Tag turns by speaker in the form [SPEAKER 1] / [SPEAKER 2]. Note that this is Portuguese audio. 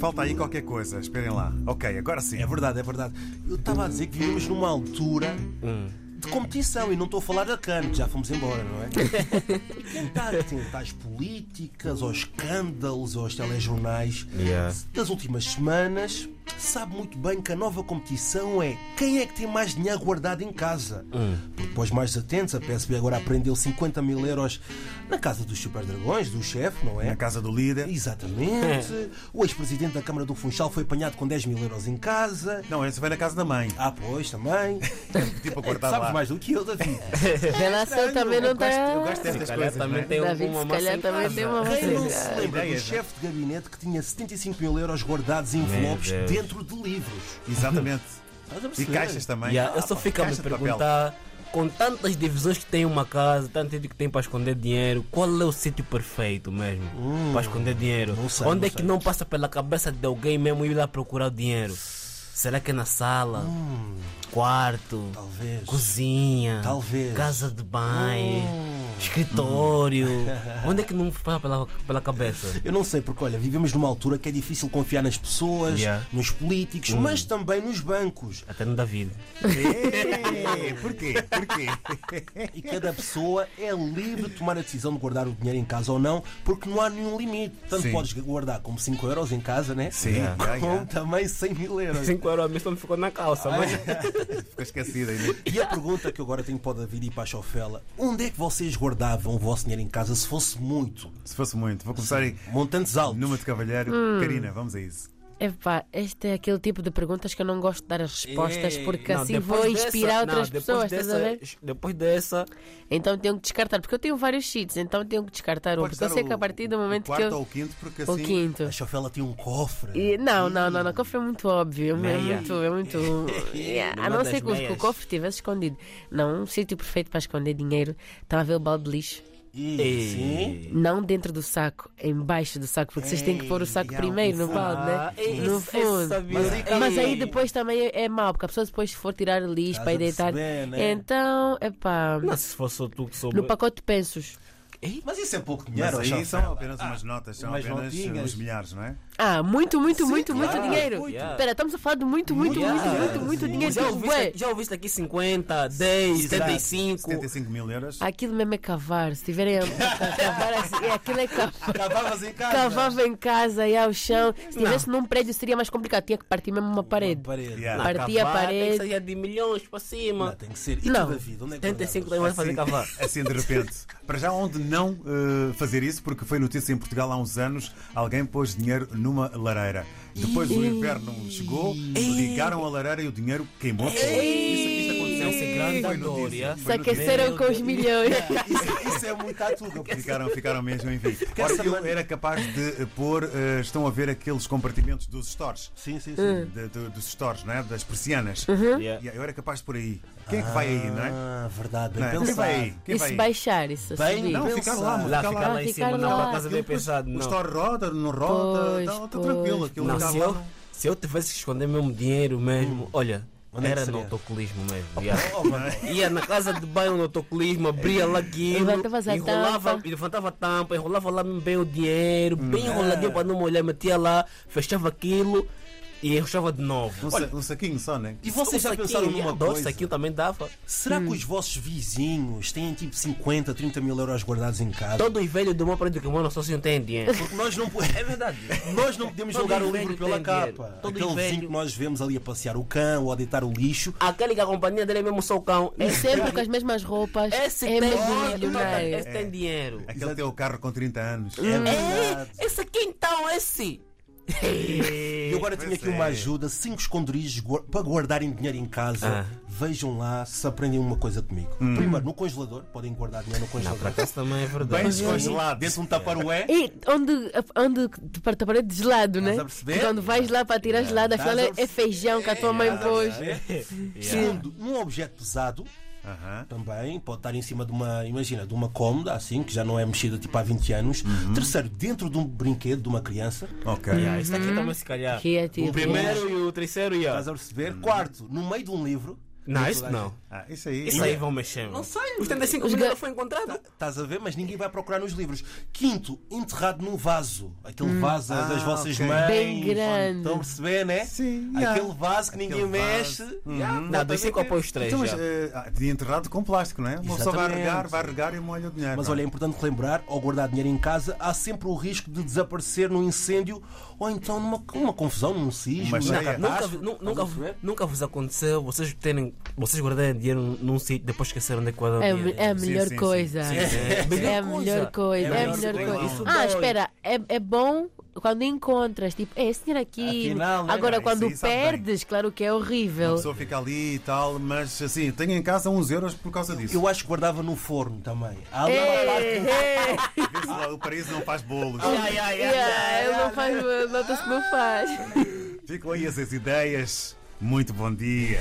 [SPEAKER 1] falta aí qualquer coisa. Esperem lá. Ok, agora sim.
[SPEAKER 2] É verdade, é verdade. Eu estava a dizer que vivemos numa altura de competição e não estou a falar da canto, já fomos embora, não é? Quem está atento às políticas, aos escândalos, aos telejornais
[SPEAKER 3] Yeah.
[SPEAKER 2] das últimas semanas, sabe muito bem que a nova competição é quem é que tem mais dinheiro guardado em casa. Porque Para os mais atentos, a PSB agora aprendeu 50 mil euros na casa dos Super Dragões, do chefe, não é?
[SPEAKER 1] Na casa do líder.
[SPEAKER 2] Exatamente. O ex-presidente da Câmara do Funchal foi apanhado com 10 mil euros em casa.
[SPEAKER 1] Não, esse vai na casa da mãe.
[SPEAKER 2] Ah, pois, também.
[SPEAKER 1] Tipo, acordar
[SPEAKER 2] Sabes
[SPEAKER 1] lá.
[SPEAKER 2] mais do que eu, David.
[SPEAKER 4] Relação também não
[SPEAKER 1] Gosto- eu gosto
[SPEAKER 4] está.
[SPEAKER 1] destas
[SPEAKER 3] Se calhar
[SPEAKER 1] coisas. não é?
[SPEAKER 3] também tem
[SPEAKER 4] David,
[SPEAKER 3] alguma é.
[SPEAKER 4] se
[SPEAKER 3] massa
[SPEAKER 4] calhar
[SPEAKER 3] em
[SPEAKER 4] também
[SPEAKER 3] casa.
[SPEAKER 4] tem uma
[SPEAKER 2] Quem não se
[SPEAKER 4] voz.
[SPEAKER 2] lembra do
[SPEAKER 1] Ideias, não é?
[SPEAKER 2] chefe de gabinete que tinha 75 mil euros guardados em envelopes
[SPEAKER 3] Deus.
[SPEAKER 2] dentro de livros?
[SPEAKER 1] Exatamente.
[SPEAKER 2] Estás a
[SPEAKER 1] E
[SPEAKER 2] perceber?
[SPEAKER 1] caixas também.
[SPEAKER 3] Yeah, eu só
[SPEAKER 1] Ah,
[SPEAKER 3] fico a me
[SPEAKER 1] caixa de papel.
[SPEAKER 3] perguntar, com tantas divisões que tem uma casa, tanto sítio que tem para esconder dinheiro, qual é o sítio perfeito mesmo para esconder dinheiro?
[SPEAKER 2] Hum. não sei,
[SPEAKER 3] Onde
[SPEAKER 2] não
[SPEAKER 3] é que
[SPEAKER 2] sei.
[SPEAKER 3] não passa pela cabeça de alguém mesmo ir lá procurar o dinheiro? Será que é na sala? Quarto?
[SPEAKER 2] Hum. Talvez.
[SPEAKER 3] Cozinha?
[SPEAKER 2] Talvez. Hum.
[SPEAKER 3] Casa de banho? Escritório? Onde é que não passa pela, pela cabeça?
[SPEAKER 2] Eu não sei, porque olha, vivemos numa altura que é difícil confiar nas pessoas,
[SPEAKER 3] Yeah.
[SPEAKER 2] nos políticos,
[SPEAKER 1] Hum.
[SPEAKER 2] mas também nos bancos.
[SPEAKER 3] Até no David.
[SPEAKER 1] Ei, Porquê? Porquê?
[SPEAKER 2] E cada pessoa é livre de tomar a decisão de guardar o dinheiro em casa ou não, porque não há nenhum limite. Tanto
[SPEAKER 1] Sim.
[SPEAKER 2] podes guardar como 5 euros em casa, né?
[SPEAKER 1] Sim, Ah,
[SPEAKER 2] Como
[SPEAKER 1] yeah, yeah.
[SPEAKER 2] também 100 mil euros.
[SPEAKER 3] 5 euros a mim só me ficou na calça, mas.
[SPEAKER 1] Ficou esquecida ainda.
[SPEAKER 2] E a pergunta que eu agora tenho para o David e para a Chofela: onde é que vocês guardavam o vosso dinheiro em casa se fosse muito?
[SPEAKER 1] Se fosse muito, vou começar em
[SPEAKER 2] Montantes altos.
[SPEAKER 1] número de cavalheiro.
[SPEAKER 4] Hum.
[SPEAKER 1] Karina, vamos a isso.
[SPEAKER 4] Epá, este é aquele tipo de perguntas que eu não gosto de dar as respostas
[SPEAKER 2] Ei,
[SPEAKER 4] porque
[SPEAKER 3] Não,
[SPEAKER 4] assim
[SPEAKER 3] depois
[SPEAKER 4] vou
[SPEAKER 3] dessa-
[SPEAKER 4] inspirar
[SPEAKER 3] não,
[SPEAKER 4] outras
[SPEAKER 3] depois
[SPEAKER 4] pessoas, estás a
[SPEAKER 3] dessa,
[SPEAKER 4] ver?
[SPEAKER 3] Depois dessa,
[SPEAKER 4] Então tenho que descartar, porque eu tenho vários cheats, então tenho que descartar um.
[SPEAKER 1] Podes
[SPEAKER 4] Porque eu
[SPEAKER 1] dar
[SPEAKER 4] sei
[SPEAKER 1] o-
[SPEAKER 4] que a partir do
[SPEAKER 1] o
[SPEAKER 4] momento
[SPEAKER 1] quarto
[SPEAKER 4] que eu.
[SPEAKER 1] ou o quinto, porque
[SPEAKER 4] O
[SPEAKER 1] assim.
[SPEAKER 4] quinto.
[SPEAKER 2] A Chofela tinha um cofre.
[SPEAKER 4] E- Não, não, não, não. O cofre é muito óbvio. É
[SPEAKER 3] Meia.
[SPEAKER 4] muito, é muito. Yeah, A
[SPEAKER 3] Numa
[SPEAKER 4] não
[SPEAKER 3] das
[SPEAKER 4] ser que o, que o
[SPEAKER 3] meias.
[SPEAKER 4] cofre estivesse escondido. Não, um sítio perfeito para esconder dinheiro. Estava a ver o balde de lixo.
[SPEAKER 2] E,
[SPEAKER 3] Ei.
[SPEAKER 2] sim.
[SPEAKER 4] Não dentro do saco, embaixo do saco, porque vocês têm que pôr o saco
[SPEAKER 2] Ei,
[SPEAKER 4] primeiro no
[SPEAKER 2] ah,
[SPEAKER 4] balde, né?
[SPEAKER 3] ei,
[SPEAKER 4] No
[SPEAKER 3] é isso- isso
[SPEAKER 4] fundo.
[SPEAKER 3] sabia.
[SPEAKER 4] Mas,
[SPEAKER 3] Ei.
[SPEAKER 4] mas aí depois também é, é mau, porque a pessoa depois se for tirar o lixo
[SPEAKER 2] Estás
[SPEAKER 4] para
[SPEAKER 2] a
[SPEAKER 4] ir deitar.
[SPEAKER 2] perceber, né?
[SPEAKER 4] Então, é pá.
[SPEAKER 3] não, se fosse só tu que soube.
[SPEAKER 4] No pacote de pensos.
[SPEAKER 2] Mas isso é pouco dinheiro,
[SPEAKER 1] Mas
[SPEAKER 2] ó,
[SPEAKER 1] aí
[SPEAKER 2] Chofela.
[SPEAKER 1] são apenas umas notas, são
[SPEAKER 2] umas
[SPEAKER 1] apenas
[SPEAKER 2] notinhas.
[SPEAKER 1] uns milhares, não é?
[SPEAKER 4] Ah, muito, muito, muito, muito
[SPEAKER 2] claro,
[SPEAKER 4] dinheiro.
[SPEAKER 2] muito.
[SPEAKER 4] Espera, estamos a falar de muito, muito,
[SPEAKER 3] Yeah.
[SPEAKER 4] muito, muito, muito dinheiro.
[SPEAKER 3] Já
[SPEAKER 4] Ué.
[SPEAKER 3] ouviste, já ouviste aqui 50, 10,
[SPEAKER 2] Exato.
[SPEAKER 3] 75.
[SPEAKER 1] 75 mil euros.
[SPEAKER 4] Aquilo mesmo é cavar. Se tiverem a a cavar assim, é, aquilo é cavar.
[SPEAKER 2] Cavavas em casa.
[SPEAKER 4] Cavava em casa, ia ao chão. Se tivesse num prédio seria mais complicado. Tinha que partir mesmo uma parede.
[SPEAKER 2] Parede.
[SPEAKER 1] Yeah.
[SPEAKER 3] Ah,
[SPEAKER 4] Partia a
[SPEAKER 3] cavar, Tem que
[SPEAKER 4] parede.
[SPEAKER 3] sair de milhões
[SPEAKER 2] Não,
[SPEAKER 3] para cima.
[SPEAKER 2] tem que ser. E
[SPEAKER 4] Não.
[SPEAKER 2] tu, David, onde é que
[SPEAKER 3] 75
[SPEAKER 2] guardavas?
[SPEAKER 3] dólares para fazer cavar.
[SPEAKER 1] Assim de repente. Para já, onde não eh, fazer isso, porque foi notícia em Portugal há uns anos: alguém pôs dinheiro numa lareira. Depois o inverno chegou, ligaram a lareira e o dinheiro queimou. Isso, isso
[SPEAKER 2] um
[SPEAKER 1] aconteceu.
[SPEAKER 3] Isso é grande
[SPEAKER 1] foi
[SPEAKER 3] dor,
[SPEAKER 1] notícia.
[SPEAKER 3] yeah.
[SPEAKER 4] Se
[SPEAKER 1] Foi notícia.
[SPEAKER 4] aqueceram com os milhões.
[SPEAKER 2] Isso, isso é muito à tuga. porque-
[SPEAKER 1] Ficaram, ficaram mesmo, enfim. Ora,
[SPEAKER 2] essa
[SPEAKER 1] eu
[SPEAKER 2] man-
[SPEAKER 1] era capaz de eh, pôr, eh, estão a ver aqueles compartimentos dos stores.
[SPEAKER 2] Sim, sim, sim.
[SPEAKER 1] de- de- dos stores, não é? Das persianas.
[SPEAKER 3] Yeah.
[SPEAKER 1] E eu era capaz de pôr aí. Quem é que vai aí, não é?
[SPEAKER 2] Ah, verdade,
[SPEAKER 1] Não
[SPEAKER 2] bem
[SPEAKER 1] é? Quem vai aí?
[SPEAKER 2] pensado.
[SPEAKER 1] Quem
[SPEAKER 4] E se
[SPEAKER 1] vai aí?
[SPEAKER 4] baixar isso,
[SPEAKER 2] Bem,
[SPEAKER 4] subir.
[SPEAKER 1] Não,
[SPEAKER 2] Pensado.
[SPEAKER 1] ficar lá,
[SPEAKER 3] Lá,
[SPEAKER 1] ficar
[SPEAKER 3] ficar
[SPEAKER 1] lá.
[SPEAKER 3] lá em
[SPEAKER 4] Ficar
[SPEAKER 3] cima, não,
[SPEAKER 4] lá.
[SPEAKER 3] para casa bem
[SPEAKER 1] Aquilo, pois,
[SPEAKER 3] pesado,
[SPEAKER 1] O
[SPEAKER 3] não.
[SPEAKER 1] store roda, não roda,
[SPEAKER 4] Pois,
[SPEAKER 1] está
[SPEAKER 4] pois.
[SPEAKER 1] tranquilo. Aquilo
[SPEAKER 3] Não,
[SPEAKER 1] está
[SPEAKER 3] se
[SPEAKER 1] lá,
[SPEAKER 3] eu,
[SPEAKER 1] não-
[SPEAKER 3] se eu tivesse que esconder mesmo dinheiro mesmo, olha,
[SPEAKER 2] Onde é que
[SPEAKER 3] era no
[SPEAKER 2] seria?
[SPEAKER 3] autocolismo mesmo. yeah.
[SPEAKER 2] Oh, mano.
[SPEAKER 3] Ia na casa de banho no autocolismo, abria lá aquilo,
[SPEAKER 4] Levantavas a
[SPEAKER 3] enrolava,
[SPEAKER 4] tampa.
[SPEAKER 3] levantava a tampa, enrolava lá bem o dinheiro,
[SPEAKER 2] Hum. É.
[SPEAKER 3] bem enroladinho para não molhar, metia lá, fechava aquilo e enrochava de novo.
[SPEAKER 1] Um, sa- um saquinho só, né?
[SPEAKER 2] E vocês já
[SPEAKER 3] saquinho,
[SPEAKER 2] pensaram
[SPEAKER 3] yeah,
[SPEAKER 2] numa
[SPEAKER 3] dois
[SPEAKER 2] coisa?
[SPEAKER 3] saquinhos também dava.
[SPEAKER 2] Será que os vossos vizinhos têm tipo 50, 30 mil euros guardados em casa?
[SPEAKER 3] Todos os velhos do meu prédio que moram só se não têm dinheiro.
[SPEAKER 2] Porque nós não, po- é verdade. nós não podemos
[SPEAKER 3] Todo
[SPEAKER 2] julgar o
[SPEAKER 3] velho
[SPEAKER 2] livro pela
[SPEAKER 3] tem dinheiro.
[SPEAKER 2] capa.
[SPEAKER 3] Todo
[SPEAKER 2] Aquele vizinho
[SPEAKER 3] velho.
[SPEAKER 2] que nós vemos ali a passear o cão ou a deitar o lixo.
[SPEAKER 3] Aquele que a companhia dele é mesmo só o cão.
[SPEAKER 4] É
[SPEAKER 3] Esse,
[SPEAKER 4] sempre com as mesmas roupas.
[SPEAKER 3] esse
[SPEAKER 4] É
[SPEAKER 3] tem
[SPEAKER 4] mesmo
[SPEAKER 3] dinheiro.
[SPEAKER 4] milionário.
[SPEAKER 3] Esse tem dinheiro.
[SPEAKER 1] Aquele teu carro com 30 anos.
[SPEAKER 2] É verdade.
[SPEAKER 3] É, esse aqui então, esse.
[SPEAKER 2] E agora
[SPEAKER 1] Pois
[SPEAKER 2] tenho aqui uma
[SPEAKER 1] é.
[SPEAKER 2] ajuda, cinco esconderijos gua- para guardarem dinheiro em casa.
[SPEAKER 1] Ah.
[SPEAKER 2] Vejam lá se aprendem uma coisa comigo.
[SPEAKER 1] Hum.
[SPEAKER 2] Primeiro, no congelador, podem guardar dinheiro no congelador.
[SPEAKER 3] Esse também
[SPEAKER 1] Bem
[SPEAKER 3] é verdade.
[SPEAKER 1] descongelado.
[SPEAKER 2] Dentro de um taparué.
[SPEAKER 4] E onde, onde te parta parede de gelado, né?
[SPEAKER 2] Estás a perceber?
[SPEAKER 4] Quando vais lá para tirar gelado,
[SPEAKER 2] Estás
[SPEAKER 4] afinal
[SPEAKER 2] a
[SPEAKER 4] é- é
[SPEAKER 2] perceber?
[SPEAKER 4] feijão que a tua mãe pôs.
[SPEAKER 2] né? Segundo, um objeto pesado.
[SPEAKER 1] Aham.
[SPEAKER 2] Também pode estar em cima de uma, imagina, de uma cômoda, assim, que já não é mexida tipo há 20 anos.
[SPEAKER 1] Uhum.
[SPEAKER 2] Terceiro, dentro de um brinquedo de uma criança.
[SPEAKER 1] Ok.
[SPEAKER 3] Yeah, esse aqui Ah, também se calhar.
[SPEAKER 4] Criativo.
[SPEAKER 3] O primeiro e o terceiro, yeah.
[SPEAKER 1] Uhum.
[SPEAKER 2] Estás a perceber? Quarto, no meio de um livro.
[SPEAKER 3] Não, isso não.
[SPEAKER 1] Ah, isso aí.
[SPEAKER 3] Isso aí vão mexer.
[SPEAKER 2] Não
[SPEAKER 3] mano.
[SPEAKER 2] sei.
[SPEAKER 3] Os 35
[SPEAKER 4] Os
[SPEAKER 3] milhões
[SPEAKER 4] ga-
[SPEAKER 3] não foi encontrado.
[SPEAKER 2] Estás a ver, mas ninguém vai procurar nos livros. Quinto, enterrado num vaso. Aquele vaso
[SPEAKER 1] Ah,
[SPEAKER 2] das vossas
[SPEAKER 1] ok.
[SPEAKER 2] mães.
[SPEAKER 4] Bem grande.
[SPEAKER 2] Estão a perceber, né?
[SPEAKER 1] Sim,
[SPEAKER 2] Aquele
[SPEAKER 1] já.
[SPEAKER 2] vaso que
[SPEAKER 1] Aquele
[SPEAKER 2] ninguém mexe.
[SPEAKER 1] vaso. Hum.
[SPEAKER 2] Já,
[SPEAKER 3] Não, dos 5 após 3.
[SPEAKER 1] Então, mas, eh, ah, de enterrado com plástico, não é? Uma pessoa vai
[SPEAKER 2] Exatamente.
[SPEAKER 1] regar, vai regar e molha o dinheiro.
[SPEAKER 2] Mas
[SPEAKER 1] não é?
[SPEAKER 2] olha, é importante relembrar, ao guardar dinheiro em casa, há sempre o risco de desaparecer num incêndio ou então numa uma confusão, num sismo,
[SPEAKER 1] Uma
[SPEAKER 2] numa
[SPEAKER 1] cheia.
[SPEAKER 3] Nunca,
[SPEAKER 2] catástrofe.
[SPEAKER 3] vi- nu-
[SPEAKER 2] Estás a
[SPEAKER 3] nunca,
[SPEAKER 2] perceber?
[SPEAKER 3] nunca vos aconteceu vocês terem vocês guardarem dinheiro num, num sítio depois esqueceram onde é que guardaram
[SPEAKER 4] É, a me-
[SPEAKER 3] dinheiro.
[SPEAKER 4] é a
[SPEAKER 1] Sim,
[SPEAKER 4] melhor
[SPEAKER 1] sim, sim.
[SPEAKER 4] coisa.
[SPEAKER 1] Sim,
[SPEAKER 4] É a melhor coisa. É a melhor coisa.
[SPEAKER 3] Isso
[SPEAKER 4] Ah,
[SPEAKER 3] dói.
[SPEAKER 4] espera. É, é bom quando encontras. Tipo, é esse dinheiro aqui.
[SPEAKER 2] Afinal, né?
[SPEAKER 4] Agora,
[SPEAKER 1] Ah,
[SPEAKER 4] quando
[SPEAKER 1] isso aí sabe
[SPEAKER 4] perdes, claro que é
[SPEAKER 1] Uma
[SPEAKER 4] horrível.
[SPEAKER 1] pessoa fica ali e tal, mas assim, tenho em casa uns euros por causa disso.
[SPEAKER 2] Eu acho que guardava no forno também. Há ali uma parte
[SPEAKER 4] Ei, ei.
[SPEAKER 1] Vê se lá o Paris não faz bolos.
[SPEAKER 3] Ai, ai, ai,
[SPEAKER 4] Yeah, Ele não faz. Nota-se que não faz.
[SPEAKER 1] Ficam aí essas ideias. Muito bom dia.